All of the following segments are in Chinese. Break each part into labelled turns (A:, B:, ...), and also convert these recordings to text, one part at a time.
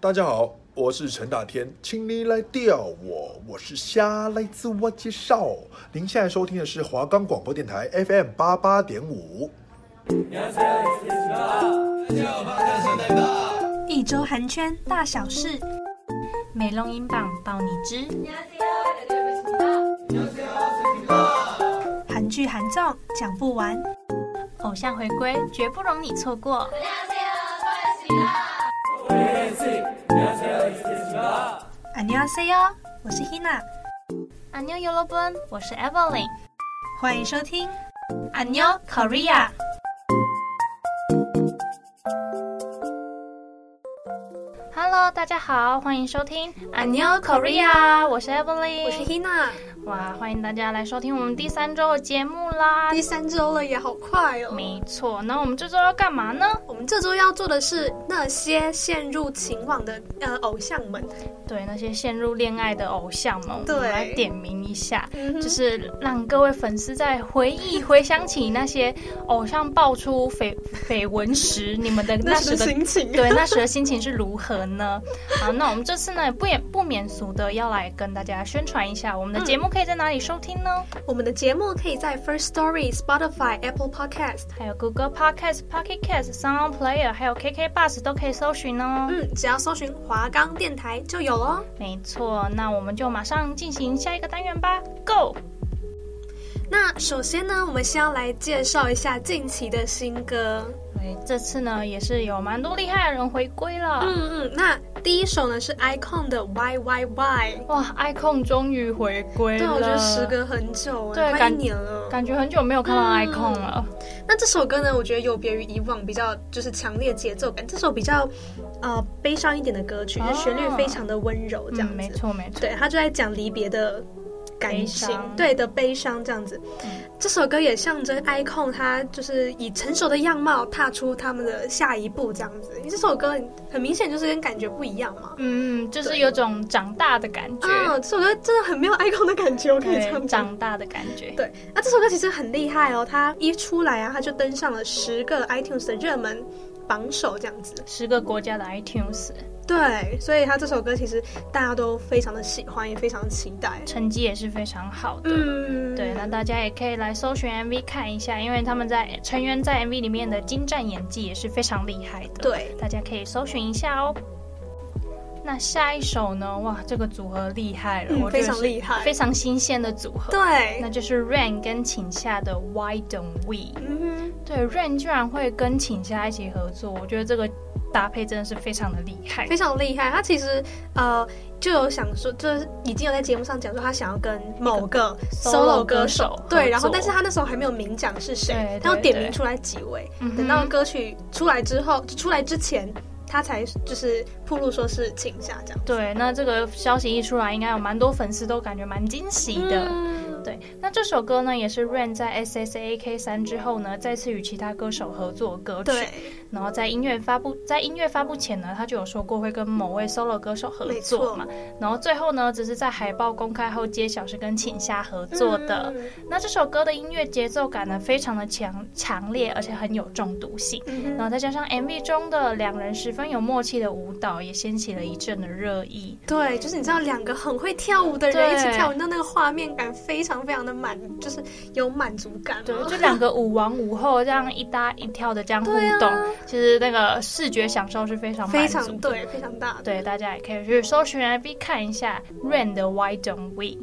A: 大家好，我是陈大天，请你来钓我，我是虾，来自我介绍。您现在收听的是华冈广播电台 FM 八八点五。
B: 一周韩圈大小事，美容音榜报你知。韩剧韩综讲不完，偶像回归绝不容你错过。안녕하세요，我是 Hina，
C: 안녕여러분，我是 Evelyn。
B: 欢迎收听안녕 Korea。
C: Hello，大家好，欢迎收听안녕 Korea，我是 Evelyn，
D: 我是 Hina，
C: 哇，欢迎大家来收听我们第三周的节目啦。
D: 第三周了也好快哦。
C: 没错，那我们这周要干嘛呢？
D: 我们这周要做的是那些陷入情网的呃偶像们，
C: 对那些陷入恋爱的偶像们，我
D: 对
C: 们来点名一下，
D: 嗯哼
C: 就是让各位粉丝在回忆、回想起那些偶像爆出绯绯闻时，你们的那
D: 那
C: 时
D: 时
C: 的
D: 的心情。
C: 对，那时的心情是如何呢？好，那我们这次呢，也不也不免俗的要来跟大家宣传一下，我们的节目可以在哪里收听呢？
D: 我们的节目可以在 First Story、Spotify、Apple Podcast，
C: 还有 Google Podcast、Pocket Cast、Sound Player，还有 KK Bus 都可以搜寻哦。
D: 嗯，只要搜寻华冈电台就有哦喽。
C: 没错，那我们就马上进行下一个单元吧，Go！
D: 那首先呢，我们先要来介绍一下近期的新歌。
C: 哎，这次呢也是有蛮多厉害的人回归了。
D: 嗯嗯，那第一首呢是 Icon 的 Y Y Y，
C: 哇，Icon 终于回归了，
D: 对，我觉得时隔很久啊，
C: 对
D: 快
C: 感
D: 一年了。
C: 感觉很久没有看到
D: 嗯
C: Icon 了。
D: 那这首歌呢，我觉得有别于以往比较就是强烈节奏感，这首比较呃悲伤一点的歌曲，
C: 哦
D: 就是旋律非常的温柔这样子。
C: 嗯没错没错，
D: 对他就在讲离别的感
C: 悲
D: 情
C: 伤，嗯
D: 对的悲伤这样子。这首歌也象征 icon 他就是以成熟的样貌踏出他们的下一步这样子，因为这首歌很明显就是跟感觉不一样嘛。
C: 嗯，就是
D: 对
C: 有种长大的感觉。
D: 嗯，这首歌真的很没有 icon 的感觉，我可以这样
C: 对，
D: 讲。
C: 长大的感觉。
D: 对，那这首歌其实很厉害哦，它一出来啊，它就登上了十个 iTunes 的热门榜首这样子。
C: 十个国家的 iTunes
D: 对，所以它这首歌其实大家都非常的喜欢，也非常期待。
C: 成绩也是非常好的。
D: 嗯，
C: 对，那大家也可以来搜寻 MV 看一下，因为他们在成员在 MV 里面的精湛演技也是非常厉害的。，
D: 对，
C: 大家可以搜寻一下哦。那下一首呢？哇，这个组合厉害了，
D: 嗯
C: 我觉
D: 非
C: 得
D: 常
C: 是
D: 厉害
C: 非常新鲜的组合。，
D: 对
C: 那，就是 Rain 跟请夏的 Why Don't We。
D: 嗯
C: 对，Rain 居然会跟请夏一起合作，我觉得这个搭配真的是非常的厉害
D: 哼，。非常厉害。他其实呃就有想说，就是已经有在节目上讲说他想要跟某个
C: solo 歌
D: 歌
C: 手
D: 手，对，然后
C: 合作
D: 但是他那时候还没有明讲是
C: 对
D: 谁，
C: 对
D: 然后点
C: 对
D: 名出来几位，
C: 嗯哼
D: 等到歌曲出来之后，出来之前。他才就是铺路说是请下这样子，
C: 对，那这个消息一出来，应该有蛮多粉丝都感觉蛮惊喜的。
D: 嗯
C: 对，那这首歌呢，也是 Rain 在 SSAK 三之后呢，再次与其他歌手合作的歌
D: 对
C: 曲。，然后在音乐发布，在音乐发布前呢，他就有说过会跟某
D: 嗯
C: 位 solo 歌手合作嘛。然后最后呢，只是在海报公开后揭晓是跟浅夏合作的。
D: 嗯
C: 那这首歌的音乐节奏感呢，非常的强强烈，而且很有中毒性。
D: 嗯
C: 然
D: 哼
C: 后再加上 MV 中的两人十分有默契的舞蹈，也掀起了一阵的热议。
D: 对，就是你知道两个很会跳舞的人
C: 对
D: 一起跳舞，那那个画面感非常非常的满，就是有满足感。
C: 对，就两个舞王舞后这样一搭一跳的这样互
D: 对啊
C: 动，其实那个视觉享受是非常满
D: 非
C: 足
D: 常
C: 的。
D: 对，非常大。
C: 对，大家也可以去搜寻 MV 看一下 Rain 的 Why Don't We。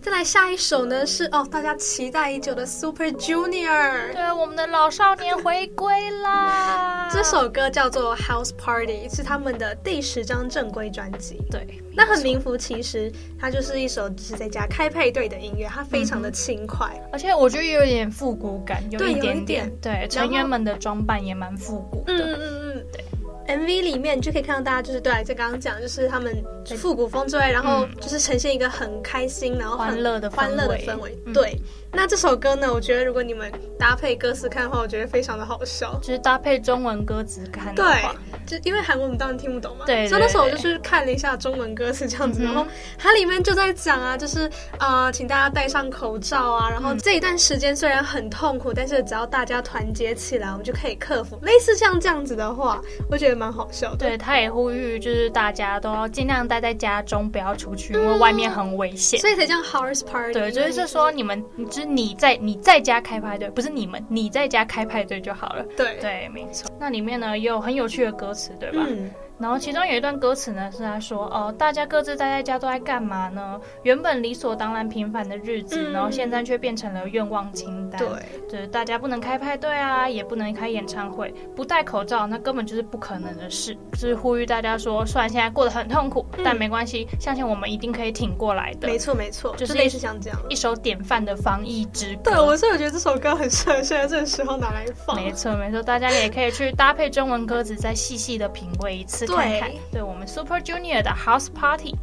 D: 再来下一首呢是哦，大家期待已久的 Super Junior，
C: 对，我们的老少年回归啦！
D: 这首歌叫做 House Party，是他们的第十张正规专辑。
C: 对，
D: 那很名副其实，它就是一首只是在家开派对的音乐，它非常的轻快。
C: 而且我觉得也有点复古感，有
D: 对有一
C: 点
D: 点
C: 对，
D: 然
C: 成
D: 后
C: 员们的装扮也蛮复古
D: 嗯
C: 的。
D: 嗯嗯嗯，对。MV 里面就可以看到大家就是对，就刚刚讲，就是他们复古风之外，然后就是呈现一个很开心，然后
C: 嗯
D: 很
C: 欢乐的氛围
D: 欢乐的氛围。
C: 嗯
D: 对，那这首歌呢，我觉得如果你们搭配歌词看的话，我觉得非常的好笑。
C: 就是搭配中文歌词看的
D: 对
C: 话，，
D: 就因为韩文我们当然听不懂嘛，
C: 对对
D: 所以那时候我就去看了一下中文歌词这样子，
C: 嗯哼
D: 然后它里面就在讲啊，就是呃，请大家戴上口罩啊，然后
C: 嗯
D: 这一段时间虽然很痛苦，但是只要大家团结起来，我们就可以克服。类似像这样子的话，我觉得蛮好笑的。
C: 对，他也呼吁就是大家都要尽量待在家中，不要出去，因为外面很危险。
D: 所以才叫 house party。
C: 对，就是说你们，就是你在你在家开派对，不是你们，你在家开派对就好了。
D: 对
C: 对，没错。那里面呢也有很有趣的歌词，对吧？
D: 嗯，
C: 然后其中有一段歌词呢，是他说：“哦、大家各自待在家都在干嘛呢？原本理所当然平凡的日子，
D: 嗯
C: 然后现在却变成了愿望清单。
D: 对，
C: 就是大家不能开派对啊，也不能开演唱会，不戴口罩那根本就是不可能的事。就是呼吁大家说，虽然现在过得很痛苦，
D: 嗯
C: 但没关系，相信我们一定可以挺过来的
D: 没。错没错，
C: 就
D: 就是是类似像这样。
C: 一首典范的防疫之歌。
D: 对，我所以我觉得这首歌很适合现在这个时候拿来放。
C: 没错没错，大家也可以去搭配中文歌词，再细细的品味一次看看。
D: 对
C: 对我们 Super Junior 的 House Party。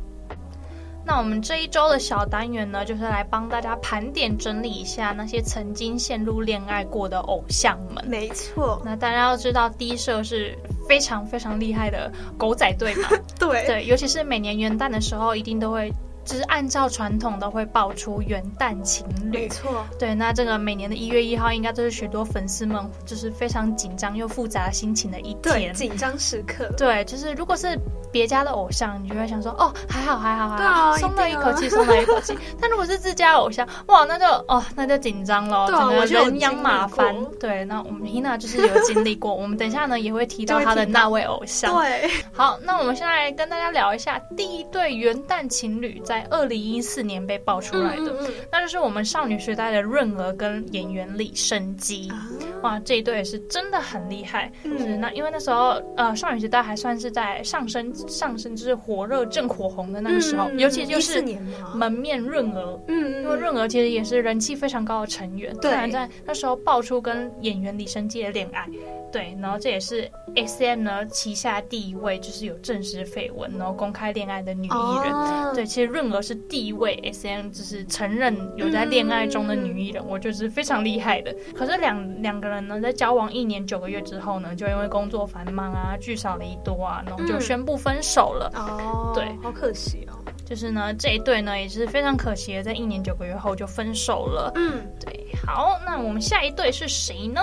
C: 那我们这一周的小单元呢，就是来帮大家盘点整理一下那些曾经陷入恋爱过的偶像们。
D: 没错，
C: 那大家要知道，低社是非常非常厉害的狗仔队嘛，
D: 对，
C: 对，尤其是每年元旦的时候，一定都会就是按照传统都会爆出元旦情
D: 没
C: 侣。
D: 错，
C: 对，那这个每年的一月一号，应该都是许多粉丝们就是非常紧张又复杂心情的一
D: 对，
C: 天。
D: 紧张时刻，
C: 对，就是如果是别家的偶像，你就会想说，哦，还好还好
D: 对
C: 还好，
D: 啊
C: 松了
D: 一
C: 一
D: 定啊
C: 口气，松了一口 气。但如果是自家偶像，哇，那就哦，那就紧张咯，
D: 对啊
C: 整个
D: 我就有
C: 人仰马翻
D: 经历过。
C: 对，那我们 Hina 就是有经历过，我们等一下呢也会提到
D: 就会
C: 她的
D: 提到
C: 那位偶像。
D: 对，
C: 好，那我们现在来跟大家聊一下第一对元旦情侣在二零一四年被爆出来的，
D: 嗯嗯
C: 那就是我们少女时代的润儿跟演员李生基。
D: 嗯
C: 哇，这一对也是真的很厉害，
D: 嗯
C: 就是那因为那时候呃少女时代还算是在上升上升就是火热正火红的那个时候，
D: 嗯
C: 尤其就
D: 14
C: 是
D: 年嘛，
C: 门面润儿，
D: 嗯，
C: 因为
D: 嗯
C: 润儿其实也是人气非常高的成员，
D: 对
C: 突然在那时候爆出跟演员李生基的恋爱，对，然后这也是 S M 呢旗下第一位就是有证实绯闻然后公开恋爱的女艺人。
D: 哦
C: 对，其实润儿是第一位 S M 就是承认有在恋爱中的女艺人，我觉得是非常厉害的。可是两两个人呢，在交往一年九个月之后呢，就因为工作繁忙啊，聚少离多啊，然后就
D: 嗯
C: 宣布分手了。
D: 哦，
C: 对，
D: 好可惜哦，
C: 就是呢，这一对呢也是非常可惜的，在一年九个月后就分手了。
D: 嗯，
C: 对，好，那我们下一对是谁呢？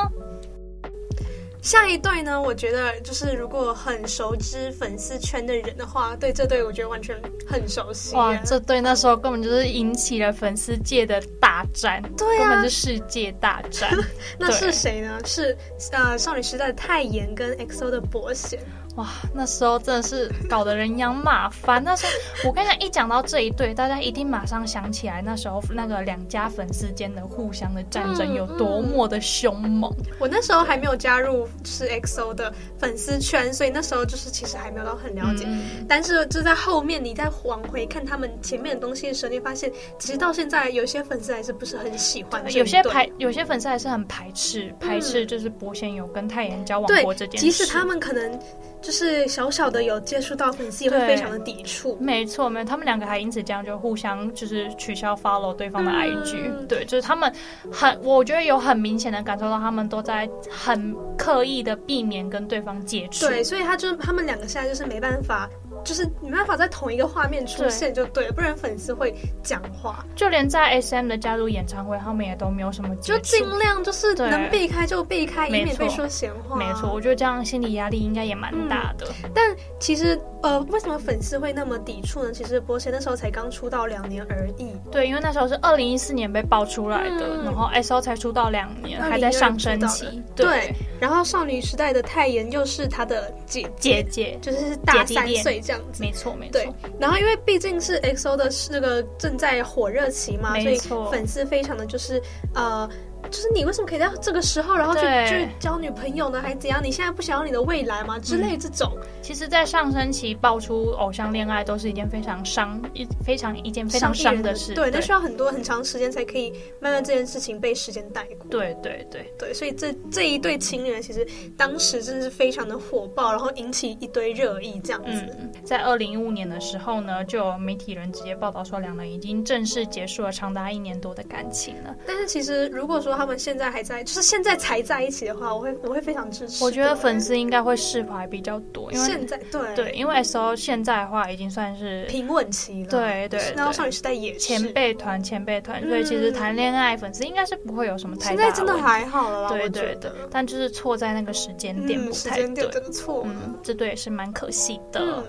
D: 下一对呢，我觉得就是如果很熟知粉丝圈的人的话，对这对我觉得完全很熟悉耶，啊
C: 哇，这对那时候根本就是引起了粉丝界的大战，
D: 对
C: 根
D: 啊
C: 本是世界大战。
D: 那是
C: 对
D: 谁呢？是呃少女时代的泰妍跟 XO 的伯贤，
C: 哇，那时候真的是搞得人仰马翻。那时候我跟你讲，一讲到这一对，大家一定马上想起来那时候那个两家粉丝间的互相的战争
D: 嗯
C: 有多么的凶猛。
D: 我那时候还没有加入就是 XO 的粉丝圈，所以那时候就是其实还没有到很了解。
C: 嗯
D: 但是就在后面，你再往回看他们前面的东西的时候，你会发现其实到现在有些粉丝还是不是很喜欢这一对，
C: 呃有些排有些粉丝还是很排斥，排斥就是伯贤有跟泰妍交往过这
D: 对，
C: 件事。
D: 即使他们可能就是小小的有接触到粉丝，也会
C: 对
D: 非常的抵触。
C: 没错，没有，他们两个还因此这样就互相就是取消 follow 对方的 IG，、
D: 嗯
C: 对，就是他们很，我觉得有很明显的感受到他们都在很刻意的避免跟对方接触。
D: 对，所以他就是他们两个现在就是没办法，就是没办法在同一个画面出现就对了，不然粉丝会讲话，
C: 就连在 SM 的加入演唱会，他们也都没有什么接
D: 就
C: 触
D: 尽。量就是
C: 对
D: 能避开就避开，以
C: 没
D: 免
C: 错
D: 被说闲话。
C: 没错，我觉得这样心理压力应该也蛮大的。
D: 但其实，呃，为什么粉丝会那么抵触呢？其实伯贤那时候才刚出道两年而已，
C: 对，因为那时候是二零一四年被爆出来的，
D: 嗯
C: 然后 S O 才出道两年，还在上升期。
D: 对。然后少女时代的泰妍又是她的姐
C: 姐，姐，
D: 就是大
C: 姐弟
D: 三
C: 恋
D: 岁这样子。
C: 没错没错
D: 对。，然后因为毕竟是 XO 的是那个正在火热期嘛，所
C: 没
D: 以
C: 错
D: 粉丝非常的就是呃，就是你为什么可以在这个时候，然后去
C: 对
D: 去交女朋友呢？还怎样？你现在不想要你的未来吗？之
C: 嗯
D: 类这种，
C: 其实，在上升期爆出偶像恋爱，都是一件非常伤、一非常一件非常
D: 伤
C: 伤
D: 人
C: 的事。
D: 对，那需要很多很长时间才可以慢慢这件事情被时间带过。
C: 对对对
D: 对，所以这这一对情侣其实当时真的是非常的火爆，然后引起一堆热议这样子。
C: 嗯，在二零一五年的时候呢，就有媒体人直接报道说，两人已经正式结束了长达一年多的感情了。
D: 但是其实如果说他们现在还在，就是现在才在一起的话，我会我会非常支持。
C: 我觉得粉丝应该会释怀比较多，因为
D: 现在对
C: 对，因为 S O 现在的话已经算是
D: 平稳期了，
C: 对对
D: 然后
C: 对
D: 少女时代也是嗯
C: 前，辈团前辈团，所以其实谈恋爱粉丝应该是不会有什么太
D: 现
C: 大
D: 在
C: 问题。
D: 真的还好了啦，
C: 对
D: 我觉
C: 对对
D: 得，
C: 但就是错在那个时间点不
D: 嗯，时
C: 太
D: 间
C: 对
D: 点。真的错了，
C: 嗯，这对也是蛮可惜的。
D: 嗯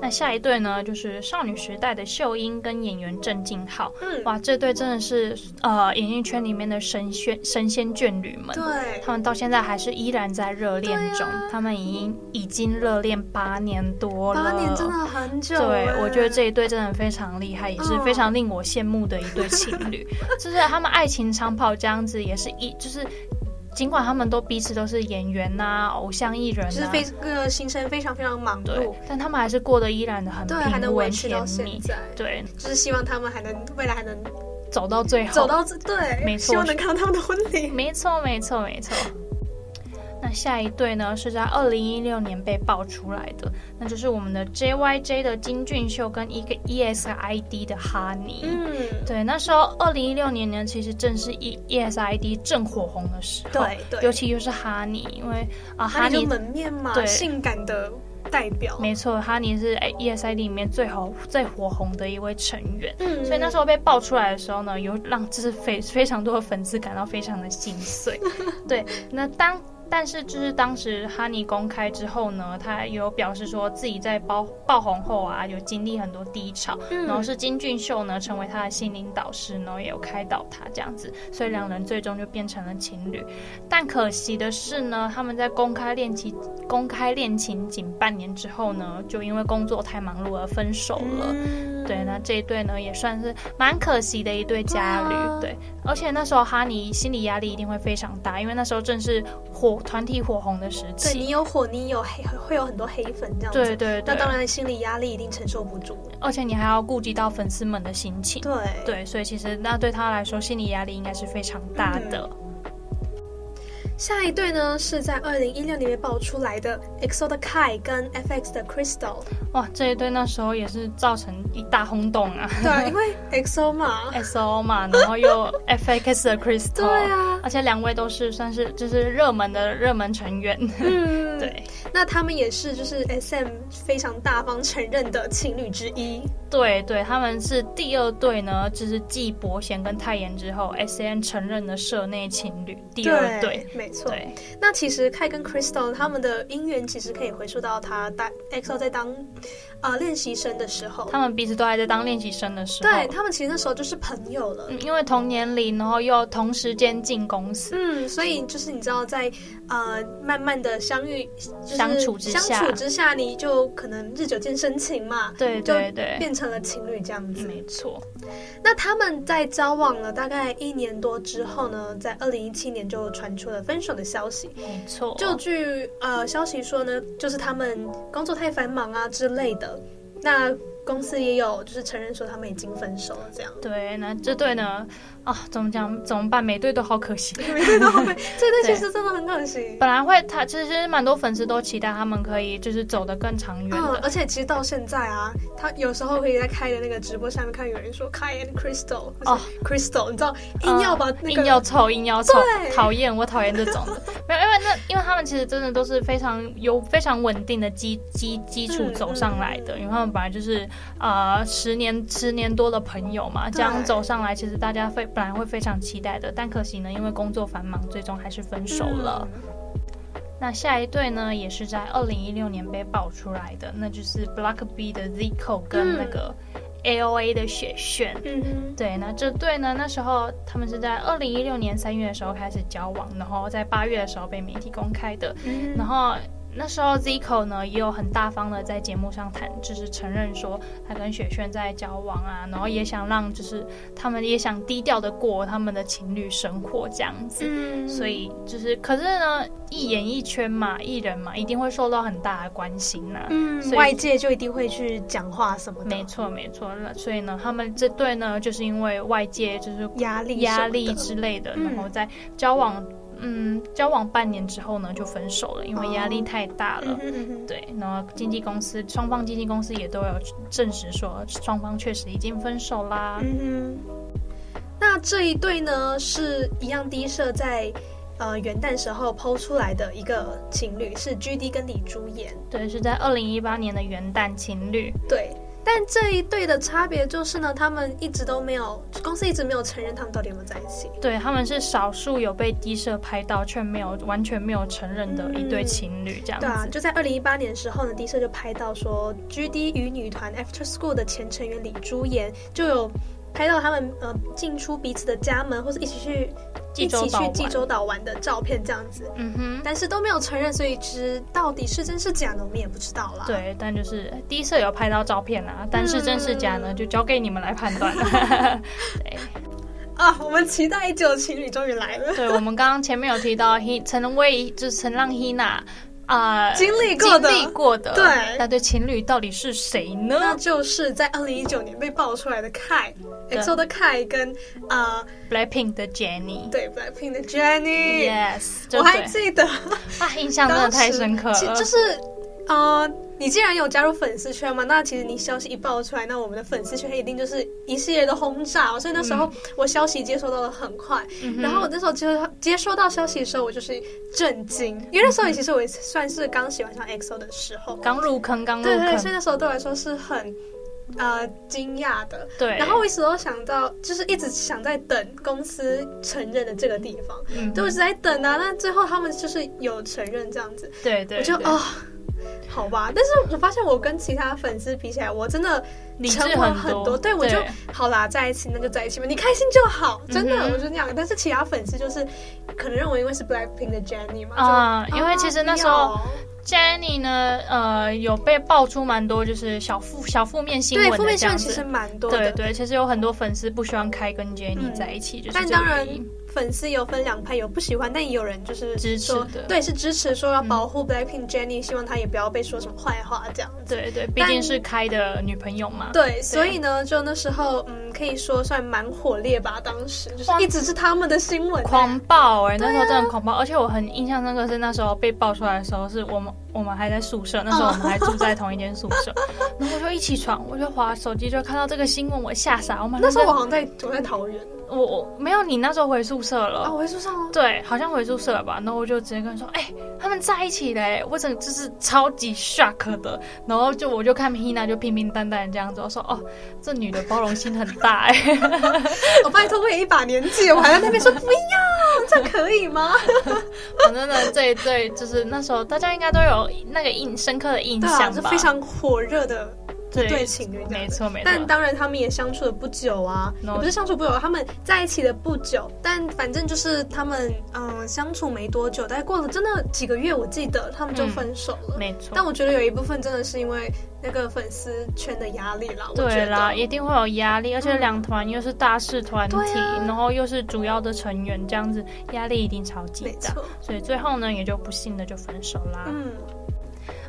C: 那下一对呢，就是少女时代的秀英跟演员郑敬浩。
D: 嗯，
C: 哇，这对真的是呃演艺圈里面的神仙神仙眷侣们。
D: 对，
C: 他们到现在还是依然在热恋中，
D: 对啊
C: 他们已经已经热恋八年多了，
D: 八年真的很久欸，哦
C: 对，我觉得这一对真的非常厉害，也是非常令我羡慕的一对情 侣。就是他们爱情长跑这样子，也是一就是，尽管他们都彼此都是演员呐、偶像艺人、啊，
D: 就是非呃行程非常非常忙
C: 对
D: 碌，，
C: 但他们还是过得依然的很
D: 对，还
C: 平
D: 能维
C: 稳
D: 持到
C: 甜
D: 现
C: 蜜，
D: 在，
C: 对，
D: 就是希望他们还能未来还能
C: 走到最后，
D: 走到这，对，
C: 没错
D: 希望能看到他们的婚礼。
C: 没错，没错，没错。那下一对呢，是在二零一六年被爆出来的，那就是我们的 JYJ 的金俊秀跟一个 E ESID 的哈尼。
D: 嗯，
C: 对，那时候二零一六年呢，其实正是 E ESID 正火红的时候，
D: 对对
C: 尤其就是哈尼，因为啊哈
D: 他就
C: 尼，
D: 门面嘛，
C: 对
D: 性感的代表。
C: 没错，哈尼是哎 ESID 里面最红最火红的一位成员。
D: 嗯
C: 所以那时
D: 候
C: 候被爆出来的时候呢，有让就是非非常多的粉丝感到非常的心碎。对，那当但是就是当时哈尼公开之后呢，他也有表示说自己在爆爆红后啊，有经历很多低潮，
D: 嗯
C: 然后是金俊秀呢成为他的心灵导师，然后也有开导他这样子，所以两人最终就变成了情侣。但可惜的是呢，他们在公开恋情公开恋情仅半年之后呢，就因为工作太忙碌而分手了。
D: 嗯
C: 对，那这一对呢也算是蛮可惜的一对佳侣，
D: 对啊
C: 对。而且那时候哈尼心理压力一定会非常大，因为那时候正是火团体火红的时
D: 对你
C: 期。
D: 有火，你有黑，会有很多黑粉这样子。
C: 对对
D: 那
C: 对，
D: 当然，心理压力一定承受不住。
C: 而且你还要顾及到粉丝们的心情，
D: 对，
C: 对，所以其实那对他来说心理压力应该是非常大的。
D: 嗯下一对呢是在二零一六年被爆出来的 EXO 的 Kai 跟 FX 的 Crystal。
C: 哇，这一对那时候也是造成一大轰动 啊
D: 对，因为 EXO 嘛，
C: ，S O 嘛，然后又 F X 的 Crystal，
D: 对啊
C: 而且两位都是算是就是热门的热门成员，
D: 嗯，
C: 对。
D: 那他们也是就是 SM 非常大方承认的情侣之一。
C: 对对，他们是第二对呢，就是继伯贤跟泰妍之后，S N 承认了社内情侣第二对。
D: 没错。
C: 对
D: 那其实凯跟 Crystal 他们的姻缘其实可以回溯到他当 EXO 在当啊练习生的时候，
C: 他们彼此都还在当练习生的时候，
D: 对他们其实那时候就是朋友了。
C: 嗯因为同年龄，然后又同时间进公司，
D: 嗯，所以就是你知道在，呃慢慢的相遇、就是
C: 相处之下
D: 相处之下，你就可能日久见深情嘛，
C: 对
D: 就
C: 对对，嗯
D: 变成了情侣这样子。
C: 没错，
D: 那他们在交往了大概一年多之后呢，在二零一七年就传出了分手的消息。
C: 没错，
D: 就据呃消息说呢，就是他们工作太繁忙啊之类的。那公司也有就是承认说他们已经分手了，这样。
C: 对。那这对呢？啊，怎么讲？怎么办？每 对都好可惜。
D: 每对都后面，这对
C: 对
D: 其实真的很可惜。
C: 本来会，他其实蛮多粉丝都期待他们可以就是走得更长远
D: 嗯
C: 的，，
D: 而且其实到现在啊，他有时候可以在开的那个直播下面看有人说 Kai and Crystal，哦
C: 哦嗯
D: ，Crystal，你知道硬要把那个、
C: 硬要凑，硬要凑
D: 对，
C: 讨厌，我讨厌这种的。 没有，因为那因为他们其实真的都是非常有非常稳定的基基基础
D: 嗯
C: 走上来的，因为他们本来就是呃十年十年多的朋友嘛，这样
D: 对
C: 走上来，其实大家非本来会非常期待的，但可惜呢，因为工作繁忙，最终还是分手了。
D: 嗯
C: 那下一对呢，也是在二零一六年被爆出来的，那就是 Block B 的 Zico 跟那个 A O A 的雪炫。
D: 嗯哼，
C: 对，那这对呢，那时候他们是在二零一六年三月的时候开始交往，然后在八月的时候被媒体公开的。
D: 嗯
C: 然后那时候 Zico 呢也有很大方的在节目上谈，就是承认说他跟雪炫在交往啊，然后也想让就是他们也想低调的过他们的情侣生活这样子。
D: 嗯
C: 所以就是，可是呢，艺演艺圈嘛，艺人嘛，一定会受到很大的关心呐、
D: 嗯
C: 所，以
D: 外界就一定会去讲话什么的，
C: 没错，没错。那所以呢，他们这对呢，就是因为外界就是
D: 压力什么
C: 压
D: 的
C: 力之类的，
D: 嗯
C: 然后在交往，嗯，交往半年之后呢，就分手了，因为压力太大了。
D: 嗯哼嗯哼
C: 对，然后经纪公司双方经纪公司也都有证实说，双方确实已经分手啦。
D: 嗯哼，那这一对呢，是一样低社在呃元旦时候剖出来的一个情侣，是 G D 跟李珠妍。
C: 对，是在二零一八年的元旦情侣，
D: 对，但这一对的差别就是呢，他们一直都没有，公司一直没有承认他们到底有没有在一起。
C: 对他们是少数有被低社拍到却没有完全没有承认的一对情侣，这样子。
D: 嗯对啊，就在二零一八年的时候呢，迪社就拍到说，G D 与女团 After School 的前成员李珠妍就有拍到他们呃进出彼此的家门，或是一起去
C: 济
D: 一
C: 州
D: 起
C: 岛
D: 去
C: 玩
D: 济州岛玩的照片这样子，
C: 嗯哼。
D: 但是都没有承认，所以其实到底是真是假呢，我们也不知道啦。，
C: 对，但就是低社有拍到照片啦、但是真是假
D: 嗯
C: 呢，就交给你们来判断 了。
D: 啊，我们期待已久的情侣终于来了，
C: 对，我们刚刚前面有提到 he 曾为就是曾让 Hina 啊、
D: 经历过的
C: 经历过的，
D: 对
C: 那对情侣到底是谁呢？
D: 那就是在二零一九年被爆出来的 Kai，EXO 的 Kai 跟啊、呃
C: Blackpink 的 Jennie。
D: 对 BLACKPINK 的 Jennie，、
C: Yes，就
D: 我还
C: 对
D: 记得。
C: 啊，印象真的太深刻
D: 当时
C: 了。
D: 其就是呃，你既然有加入粉丝圈嘛，那其实你消息一爆出来，那我们的粉丝圈一定就是一系列的轰炸。哦所以那时
C: 嗯
D: 候我消息接收到的很快，然后我那时候接收接收到消息的时候，我就是震惊，因为那时候其实我也算是刚喜欢上 EXO 的时候，
C: 刚入坑，刚入
D: 对
C: 坑，
D: 对，所以那时候对我来说是很。呃，惊讶的，
C: 对
D: 然后我一直都想到，就是一直想在等公司承认的这个地方，
C: 嗯
D: 对，我一直在等啊，但最后他们就是有承认这样子，
C: 对对，
D: 我就
C: 对
D: 哦，好吧。但是我发现我跟其他粉丝比起来，我真的
C: 理智
D: 沉默很
C: 多，
D: 对我就好啦，在一起那就在一起吧，你开心就好，真的，
C: 嗯哼
D: 我就那样。但是其他粉丝就是可能认为因为是 Blackpink 的 Jennie 嘛，就哦
C: 啊因为其实那时候
D: 不要
C: Jenny 呢，呃，有被爆出蛮多就是小负小负面新闻
D: 对
C: 的
D: 负面
C: 这
D: 新
C: 样
D: 闻其
C: 子
D: 实蛮多
C: 对
D: 的，
C: 对，其实有很多粉丝不希望开跟 Jenny
D: 嗯
C: 在一起，就是
D: 但
C: 这
D: 当
C: 个
D: 然
C: 原因。
D: 粉丝有分两派，有不喜欢，但也有人就是
C: 支持
D: 说
C: 的嗯
D: 对，是支持说要保护 Blackpink Jennie，、希望她也不要被说什么坏话这样子。
C: 对对，毕
D: 但
C: 竟是开的女朋友嘛。
D: 对，所以呢，就那时候，嗯，可以说算蛮火烈吧。当时就是
C: 哇
D: 一直是他们的新闻，
C: 狂暴哎、
D: 啊
C: 那时候真的很狂暴，而且我很印象深刻是那时候被爆出来的时候，是我们我们还在宿舍，那时候我们还住在同一间宿 舍，然后我就一起床，我就划手机就看到这个新闻，我吓傻，我马上
D: 那时候
C: 在
D: 我好像在我在桃园
C: 我我没有你那时候回宿舍了，
D: 啊，我在树上哦。
C: 对，好像回宿舍了吧，然后我就直接跟他说，哎、他们在一起嘞，我整个就是超级 shock 的，然后就我就看 Hina 就平平淡淡地这样子，我说哦，这女的包容心很大哎、
D: 我拜托我哎也一把年纪，我还在那边说不要，这可以 吗？
C: 反正呢这一对就是那时候大家应该都有那个印深刻的印
D: 对啊，
C: 象
D: 就
C: 吧，
D: 非常火热的
C: 对
D: 对情侣这样
C: 没
D: 子，
C: 错没错，
D: 但当然，他们也相处了不久啊，也
C: 然后
D: 不是相处不久，他们在一起的不久。但反正就是他们嗯相处没多久，但过了真的几个月，我记得他们就
C: 嗯
D: 分手了。
C: 没错
D: 但我觉得有一部分真的是因为那个粉丝圈的压力啦。我觉
C: 对
D: 得
C: 啦，一定会有压力，而且两团又是大事团体，
D: 对啊
C: 然后又是主要的成员，这样子压力一定超级
D: 没
C: 大
D: 错，
C: 所以最后呢也就不幸的就分手啦。
D: 嗯，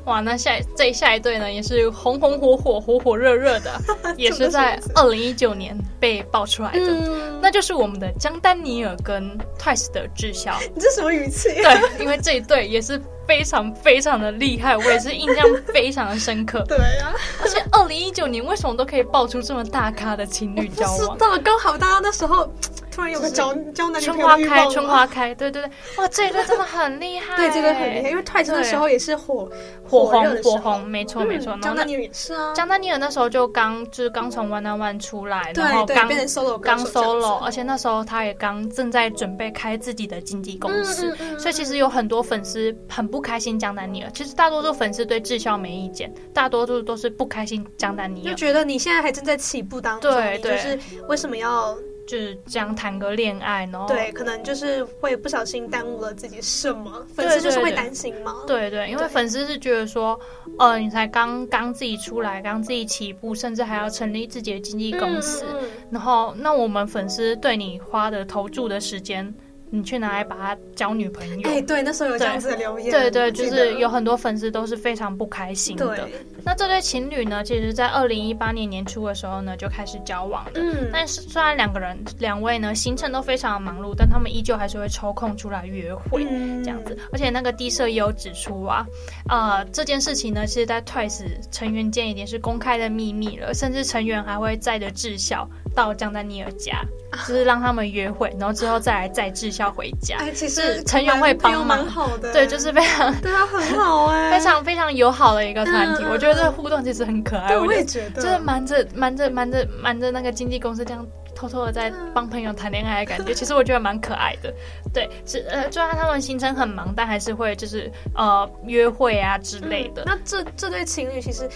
C: 哇，那下这下一对呢，也是红红火火、火火热热 的，也是在二零一九年被爆出来的。
D: 嗯
C: 那就是我们的江丹尼尔跟 Twice 的智孝，
D: 你这什么语气？
C: 对，因为这一对也是非常非常的厉害，我也是印象非常的深刻。
D: 对啊，
C: 而且二零一九年为什么都可以爆出这么大咖的情侣交
D: 知
C: 往？
D: 道，刚好大家那时候突然有
C: 就
D: 个
C: 是
D: 交交男女
C: 春
D: 朋友
C: 花
D: 的欲望
C: 开，
D: 嘛
C: 春花开，对对对，哇，这一对真的很厉害，
D: 对这个很厉害，因为 Twice 那时候也是火
C: 火
D: 热
C: 红
D: 的时候
C: 火红，，没错没错。
D: 嗯
C: 然后
D: 江
C: 那
D: 南女也是啊，
C: 江丹尼尔那时候就刚就是刚从 One on One 出来，
D: 对
C: 然后
D: 对
C: 刚
D: 变成 solo 歌
C: 刚
D: 手这样子嗯
C: solo，而且那时候他也刚正在准备开自己的经纪公司，
D: 嗯嗯嗯嗯
C: 所以其实有很多粉丝很不开心江丹尼尔。其实大多数粉丝对智孝没意见，大多数都是不开心江丹尼
D: 就
C: 尔，
D: 觉得你现在还正在起步当中，
C: 对
D: 你
C: 对
D: 就是为什么要
C: 就是这样谈个恋爱，然后
D: 对，可能就是会不小心耽误了自己什么，
C: 对
D: 粉丝就是
C: 对
D: 会
C: 对
D: 担心嘛。
C: 对对，因为
D: 对
C: 粉丝是觉得说，呃，你才刚刚自己出来，刚自己起步，甚至还要成立自己的经纪公司，
D: 嗯嗯嗯
C: 然后那我们粉丝对你花的投注的时间。你去拿来把它交女朋友。
D: 哎、对，那时候有这样子的留言，
C: 对对，
D: 我
C: 就
D: 记得
C: 是有很多粉丝都是非常不开心的。
D: 对，
C: 那这对情侣呢，其实在二零一八年年初的时候呢，就开始交往了。
D: 嗯，
C: 但是虽然两个人两位呢行程都非常忙碌，但他们依旧还是会抽空出来约会。
D: 嗯
C: 这样子，而且那个低社也有指出啊，呃，这件事情呢，其实在 Twice 成员间已经是公开的秘密了，甚至成员还会载着智孝到江丹妮尔家，就是让他们约会，然后之后再来载智孝回家。
D: 哎，其
C: 是
D: 实
C: 成员会帮
D: 蛮
C: 忙
D: 蛮好的，
C: 对，就是非常
D: 对他很好哎、
C: 非常非常友好的一个团体，
D: 嗯
C: 我觉得这个互动其实很可爱。
D: 对，啊我
C: 觉得
D: 也觉得，
C: 就是瞒着瞒着瞒着瞒着那个经纪公司这样偷偷的在
D: 嗯
C: 帮朋友谈恋爱的感 觉，其实我觉得蛮可爱的。对，是呃，虽然他们行程很忙，但还是会就是呃约会啊之类的。
D: 嗯那这这对情侣其实，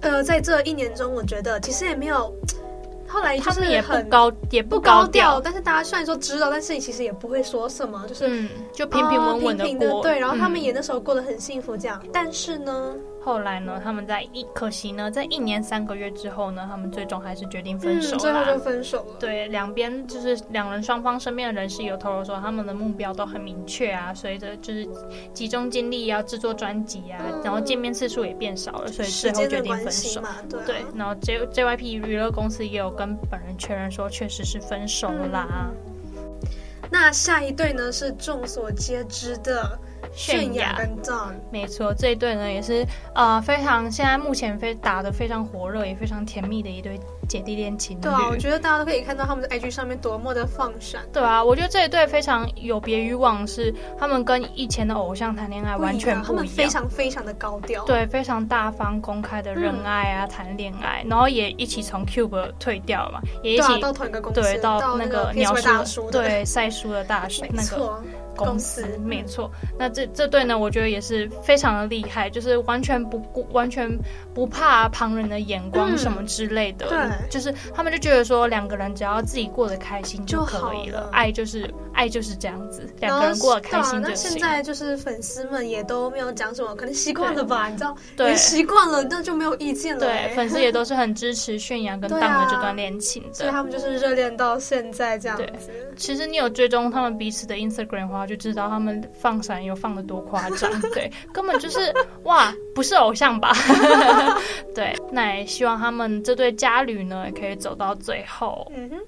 D: 呃，在这一年中，我觉得其实也没有，后来就
C: 他
D: 是
C: 们也不
D: 很
C: 高也
D: 不
C: 不
D: 高
C: 高
D: 调，
C: 调，
D: 但是大家虽然说知道，但是其实也不会说什么，就是。
C: 嗯，就平平稳稳
D: 的
C: 的
D: 哦平
C: 过。
D: 对，然后他们
C: 嗯
D: 也那时候过得很幸福，这样。但是呢，
C: 后来呢，他们在一可惜呢，在一年三个月之后呢，他们最终还是决定分
D: 嗯，
C: 手
D: 最后
C: 啦。
D: 就分手了。
C: 对，两边就是两人双方身边的人士有透露说，他们的目标都很明确啊，随着就是集中精力要制作专辑啊，
D: 嗯
C: 然后见面次数也变少了，所以最
D: 时
C: 后
D: 间
C: 决
D: 的
C: 定
D: 关
C: 分
D: 系
C: 手。
D: 嘛，对啊
C: 对，然后 J JYP 娱乐公司也有跟本人确认说，确实是分手啦。
D: 嗯那下一对呢是众所皆知的泫雅
C: 雅，
D: 跟 Don，
C: 没错，这一对呢也是呃非常现在目前非打得非常火热，也非常甜蜜的一对姐弟恋情侣。
D: 对啊，我觉得大家都可以看到他们在 IG 上面多么的放闪，
C: 对啊，我觉得这一对非常有别于往事，他们跟以前的偶像谈恋爱完全
D: 不一样他
C: 不
D: 们
C: 一
D: 非
C: 样。
D: 常非常的高调，
C: 对，非常大方公开的认爱啊，谈恋爱，然后也一起从 Cube 退掉嘛，也一
D: 对啊，
C: 起
D: 到同一个公司，
C: 对
D: 到
C: 那
D: 个
C: 个鸟
D: PSY 大叔，
C: 对赛叔的大叔
D: 没
C: 那个
D: 错，
C: 公
D: 公
C: 司
D: 司，嗯
C: 没错。那这这对呢，我觉得也是非常的厉害，就是完全不顾、完全不怕旁人的眼光
D: 嗯
C: 什么之类的。
D: 对
C: 就是他们就觉得说，两个人只要自己过得开心
D: 就
C: 可
D: 好
C: 以了
D: 了，
C: 爱就是爱就是这样子，两个
D: 然后
C: 人过得开心
D: 对啊
C: 就
D: 那现
C: 行。
D: 在就是粉丝们也都没有讲什么，可能习惯了吧，你知道，
C: 对
D: 人习惯了，那就没有意见了、
C: 对，
D: 哎
C: 粉丝也都是很支持泫雅跟
D: 对
C: 当
D: 啊
C: 的这段恋情
D: 所以
C: 的。
D: 他们就是热恋到现在这样
C: 对
D: 子。
C: 其实你有追踪他们彼此的 Instagram 的话，就知道他们放闪有放的多夸张，对，根本就是哇，不是偶像吧？ 对，那也希望他们这对家侣呢，也可以走到最后。
D: 嗯哼，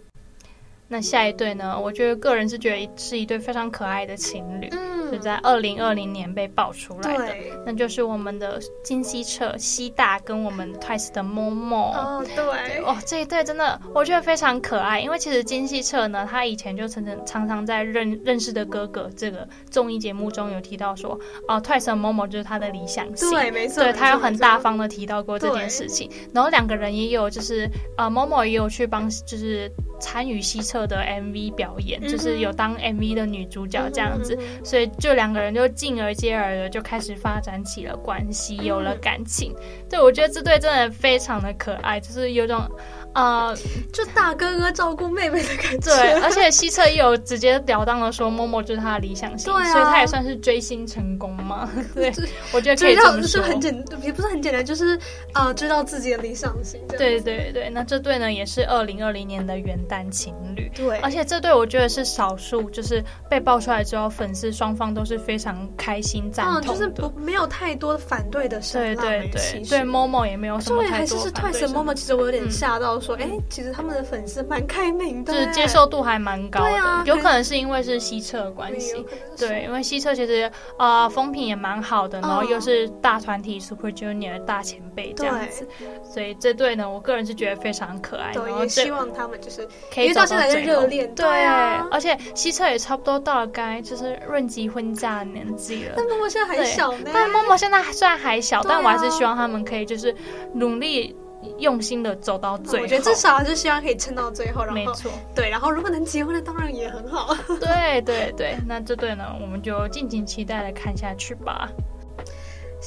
C: 那下一对呢，我觉得个人是觉得是一对非常可爱的情侣，
D: 嗯
C: 是在二零二零年被爆出来的。
D: 对，
C: 那就是我们的金希澈希大跟我们 Twice 的 Momo，、
D: 哦对，
C: 哦，这一对真的我觉得非常可爱，因为其实金希澈呢，他以前就曾曾常常在认认识的哥哥这个综艺节目中有提到说，哦、t w i c e 某某就是他的理想型。
D: 对，没错，
C: 对他有
D: 没错
C: 很大，方的提到过这件事情，然后两个人也有就是呃，某某也有去帮就是参与西澈的 MV 表演，就
D: 嗯
C: 是
D: 哼
C: 有当 MV 的女主角
D: 没错
C: 这样子，，
D: 嗯嗯嗯
C: 所以就两个人就进而接而的就开始发展起了关系，有了感情。对我觉得这对真的非常的可爱，就是有种。 呃，
D: 嗯就大哥哥照顾妹妹的感觉，
C: 对，而且西澈也有直截了当的说，默默就是他的理想型，
D: 对啊
C: 所以他也算是追星成功嘛。对， 我觉得可
D: 追
C: 以
D: 到
C: 这么
D: 就是
C: 说。
D: 很简，也不是很简单，就是呃，追到自己的理想型这样。
C: 对对对，那这对呢也是二零二零年的元旦情侣，
D: 对嗯
C: 而且这对我觉得是少数，就是被爆出来之后，粉丝双方都是非常开心赞
D: 嗯，
C: 同的。
D: 就是不没有太多反对的声
C: 对
D: 浪，
C: 对
D: 哎
C: 对
D: 其实
C: 对，Momo 也没有什么
D: 对，
C: 太
D: 还是
C: 多
D: 是
C: 反对
D: Twice
C: 声
D: m o
C: 浪
D: m 其实我有点
C: 嗯
D: 吓到说，哎、其实他们的粉丝蛮开明的
C: 就
D: 欸，
C: 是接受度还蛮高的，
D: 对啊
C: 有可能是因为是西澈的关
D: 对有啊
C: 系。
D: 可能是
C: 对，因为西澈其实呃风评也蛮好的，然后
D: 哦
C: 又是大团体 Super Junior 大前辈这样子，所以这对呢，我个人是觉得非常可爱，然
D: 对，
C: 后
D: 也希
C: 这
D: 望他们就是
C: 可以
D: 因为
C: 走
D: 到现在
C: 最
D: 是热
C: 后
D: 恋，
C: 对，
D: 啊。
C: 而且西澈也差不多到了该就是论及婚嫁的年纪了
D: 但。默默现在还
C: 对
D: 小呢，
C: 但默默现在虽然还小，
D: 啊对啊
C: 但我还是希望他们可以就是努力用心的走到最后。
D: 嗯我觉得至少就希望可以撑到最后，然
C: 没
D: 后
C: 错，
D: 对，然后如果能结婚了，当然也很好。 嗯
C: 对对对，那这对呢，我们就敬请期待的看下去吧。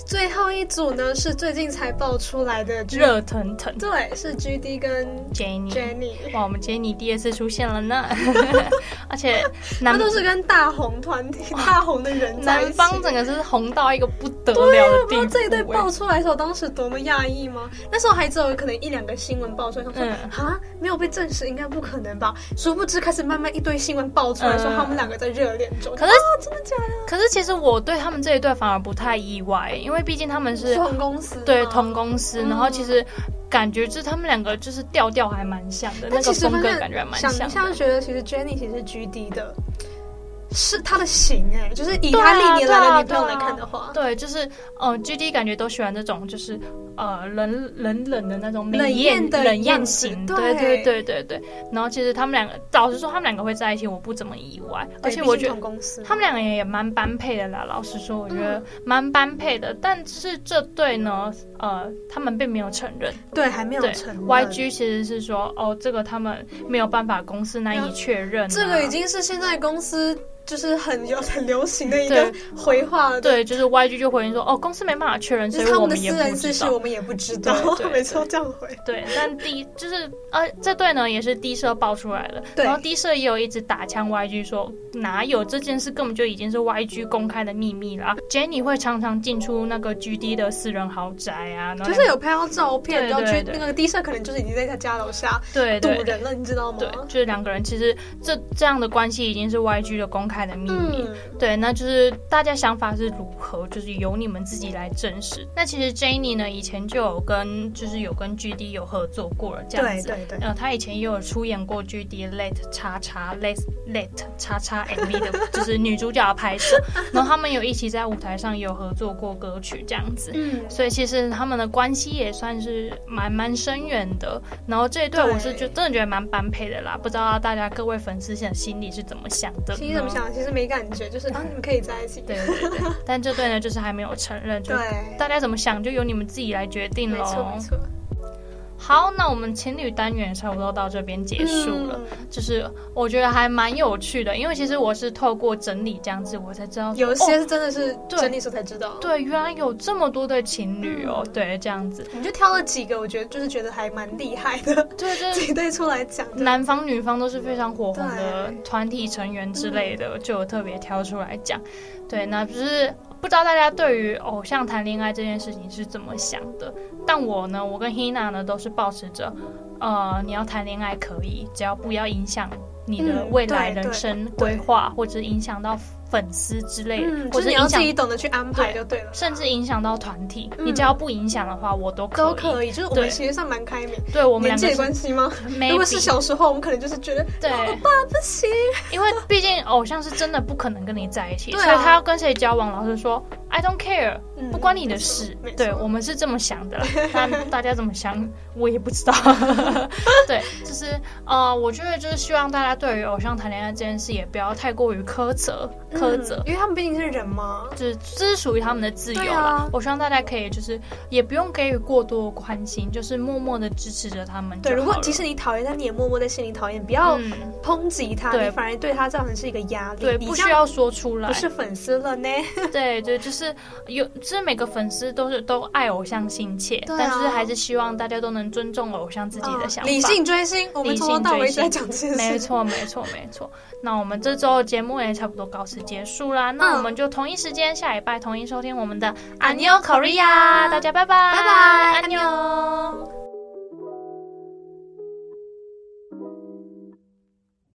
D: 最后一组呢是最近才爆出来的 G-
C: 热腾腾。
D: 对，是 G D 跟
C: Jenny，
D: Jenny，
C: 哇，我们 Jenny 第二次出现了 呢，而且
D: 他
C: 南
D: 都是跟大红团体、大红的人在一
C: 南
D: 起。
C: 方整个是红到一个不得
D: 对啊
C: 了的
D: 不
C: 地
D: 知道
C: 步、
D: 这一对
C: 欸
D: 爆出来的时候，当时多么讶异吗？那时候还只有可能一两个新闻爆出来，想说
C: 嗯
D: 啊、没有被证实，应该不可能吧？殊不知开始慢慢一堆新闻爆出来，说
C: 嗯
D: 他们两个在热恋中。
C: 可是
D: 啊，真的假的？
C: 可是其实我对他们这一对反而不太意外，因为毕竟他们是
D: 同公司吗
C: 对同。公司，
D: 嗯
C: 然后其实感觉就是他们两个就是调调还蛮像的，
D: 但
C: 那
D: 其
C: 个
D: 实
C: 风
D: 发
C: 格
D: 现
C: 感觉还蛮
D: 想
C: 像
D: 一下就
C: 的。
D: 觉得其实 Jenny 其实是 G D 的，是她的型哎、就是以
C: 对
D: 她
C: 啊
D: 历
C: 对
D: 年来的
C: 啊
D: 女朋友
C: 对
D: 来
C: 啊
D: 看的话，
C: 对，就是呃，G D 感觉都喜欢这种，就是呃冷冷冷的那种美
D: 冷艳
C: 艳
D: 的
C: 冷
D: 样
C: 艳
D: 子
C: 型，
D: 对
C: 对对对对对。然后其实他们两个，老实说，他们两个会在一起，我不怎么意外，而且
D: 对
C: 我
D: 毕竟
C: 觉得
D: 同公司
C: 他们两个也蛮般配的啦，老实说，我觉
D: 嗯
C: 得蛮般配的。但是这对呢，呃，他们并没有承认。
D: 对还没有
C: 对
D: 成
C: ，YG 其实是说，哦，这个他们没有办法，公司难以确认啊、
D: 这个已经是现在公司就是很有很流行的一个
C: 对
D: 回话了，，
C: 对，就是 YG 就回应说，哦，公司没办法确认，
D: 就
C: 所
D: 是
C: 以
D: 他
C: 我
D: 们的
C: 们也
D: 私
C: 不
D: 人
C: 知
D: 事
C: 道
D: 情。我们也不知道
C: 对， 对
D: 每次都这样回。
C: 对，但第就是呃，这对呢也是低社爆出来的，
D: 对
C: 然后低社也有一直打枪 YG 说哪有这件事根本就已经是 YG 公开的秘密啦。Jenny 会常常进出那个 GD 的私人豪宅啊，然后
D: 就是有拍到照片，
C: 对
D: 然后
C: 对
D: 去
C: 对
D: 那个 D 社可能就是已经在他家楼下
C: 对
D: 堵
C: 对对
D: 人了，你知道吗？
C: 对，就是两个人其实这这样的关系已经是 YG 的公开的秘密。
D: 嗯，
C: 对，那就是大家想法是如何，就是由你们自己来证实。那其实 Jenny 呢，以前就有跟就是有跟 GD 有合作过了，这样
D: 对
C: 子。
D: 对对，
C: 呃，他以前也有出演过 GD Late 叉叉 Late Late 叉叉 MV 的，就是女主角的拍摄，然后他们有一起在舞台上也有合作过歌曲这样子。
D: 嗯，
C: 所以其实他们的关系也算是蛮蛮深远的。然后这一对
D: 对
C: 我是就真的觉得蛮般配的啦，不知道大家各位粉丝现在心里是怎么想的？
D: 其实怎么？想，其实没感觉，就是啊，你们可以在一起，
C: 对对 对，但这对呢就是还没有承认，就
D: 对，
C: 大家怎么想就由你们自己来决定
D: 没错
C: 喽
D: 没。错，
C: 好，那我们情侣单元差不多到这边结束
D: 嗯
C: 了。就是我觉得还蛮有趣的，因为其实我是透过整理这样子，我才知道
D: 嗯。
C: 说
D: 有些
C: 哦
D: 是真的是
C: 对
D: 整理时候才知道，，
C: 哦对，原来有这么多对情侣哦，
D: 嗯
C: 对，这样子，
D: 我们就挑了几个，我觉得就是觉得还蛮厉害的，
C: 对对
D: 自己对出来讲的，
C: 男方女方都是非常火红的
D: 对
C: 团体成员之类的，就有特别挑出来讲。对，那就是不知道大家对于偶像谈恋爱这件事情是怎么想的？但我呢，我跟 Hina 呢都是保持着，呃，你要谈恋爱可以，只要不要影响你的
D: 嗯
C: 未来
D: 对
C: 人生
D: 嗯
C: 规
D: 对
C: 划，或者影响到粉丝之类的，
D: 嗯，
C: 或
D: 就是
C: 者
D: 你要
C: 影
D: 自
C: 响
D: 己懂得去安排就对了，
C: 甚至影响到团体。
D: 嗯
C: 你只要不影响的话，我都可以。
D: 都可以，就是我们
C: 对
D: 其实算蛮开明。
C: 对我们两
D: 年纪
C: 个
D: 的
C: 是
D: 关系吗？
C: maybe
D: 如果是小时候，我们可能就是觉得嗯
C: 对。
D: 不行，
C: 因为毕竟偶像是真的不可能跟你在一起，
D: 对啊
C: 所以他要跟谁交往，老师说 I don't care，
D: 嗯
C: 不关你的事
D: 没。错
C: 对我们是这么想 的啦，但大家怎么想我也不知道。对，就是呃，我觉得就是希望大家对于偶像谈恋爱这件事也不要太过于苛责，苛责。
D: 嗯因为他们毕竟是人嘛。
C: 就是这是属于他们的自由
D: 对
C: 了。
D: 啊
C: 我希望大家可以就是也不用给予过多的关心，就是默默的支持着他们就好
D: 对，
C: 了。
D: 如果即使你讨厌他，你也默默在心里讨厌，不要
C: 嗯
D: 抨击他，
C: 对
D: 你反而对他造成是一个压力。
C: 对
D: 你
C: 不
D: 这
C: 需
D: 样
C: 要说出来，
D: 不是粉丝了呢。
C: 对对，就是有，就是每个粉丝都是都爱偶像心切，
D: 对啊
C: 但是还是希望大家都能尊重偶像自己的想法。
D: 哦理性追星，我们从头到尾一直在讲这件事。
C: 没，错，没错，没错。那我们这周的节目也差不多告辞结束啦。那我们就同一时间下礼拜同一收听我们的《安妞 Korea》，大家拜拜，
D: 拜拜
C: 安妞。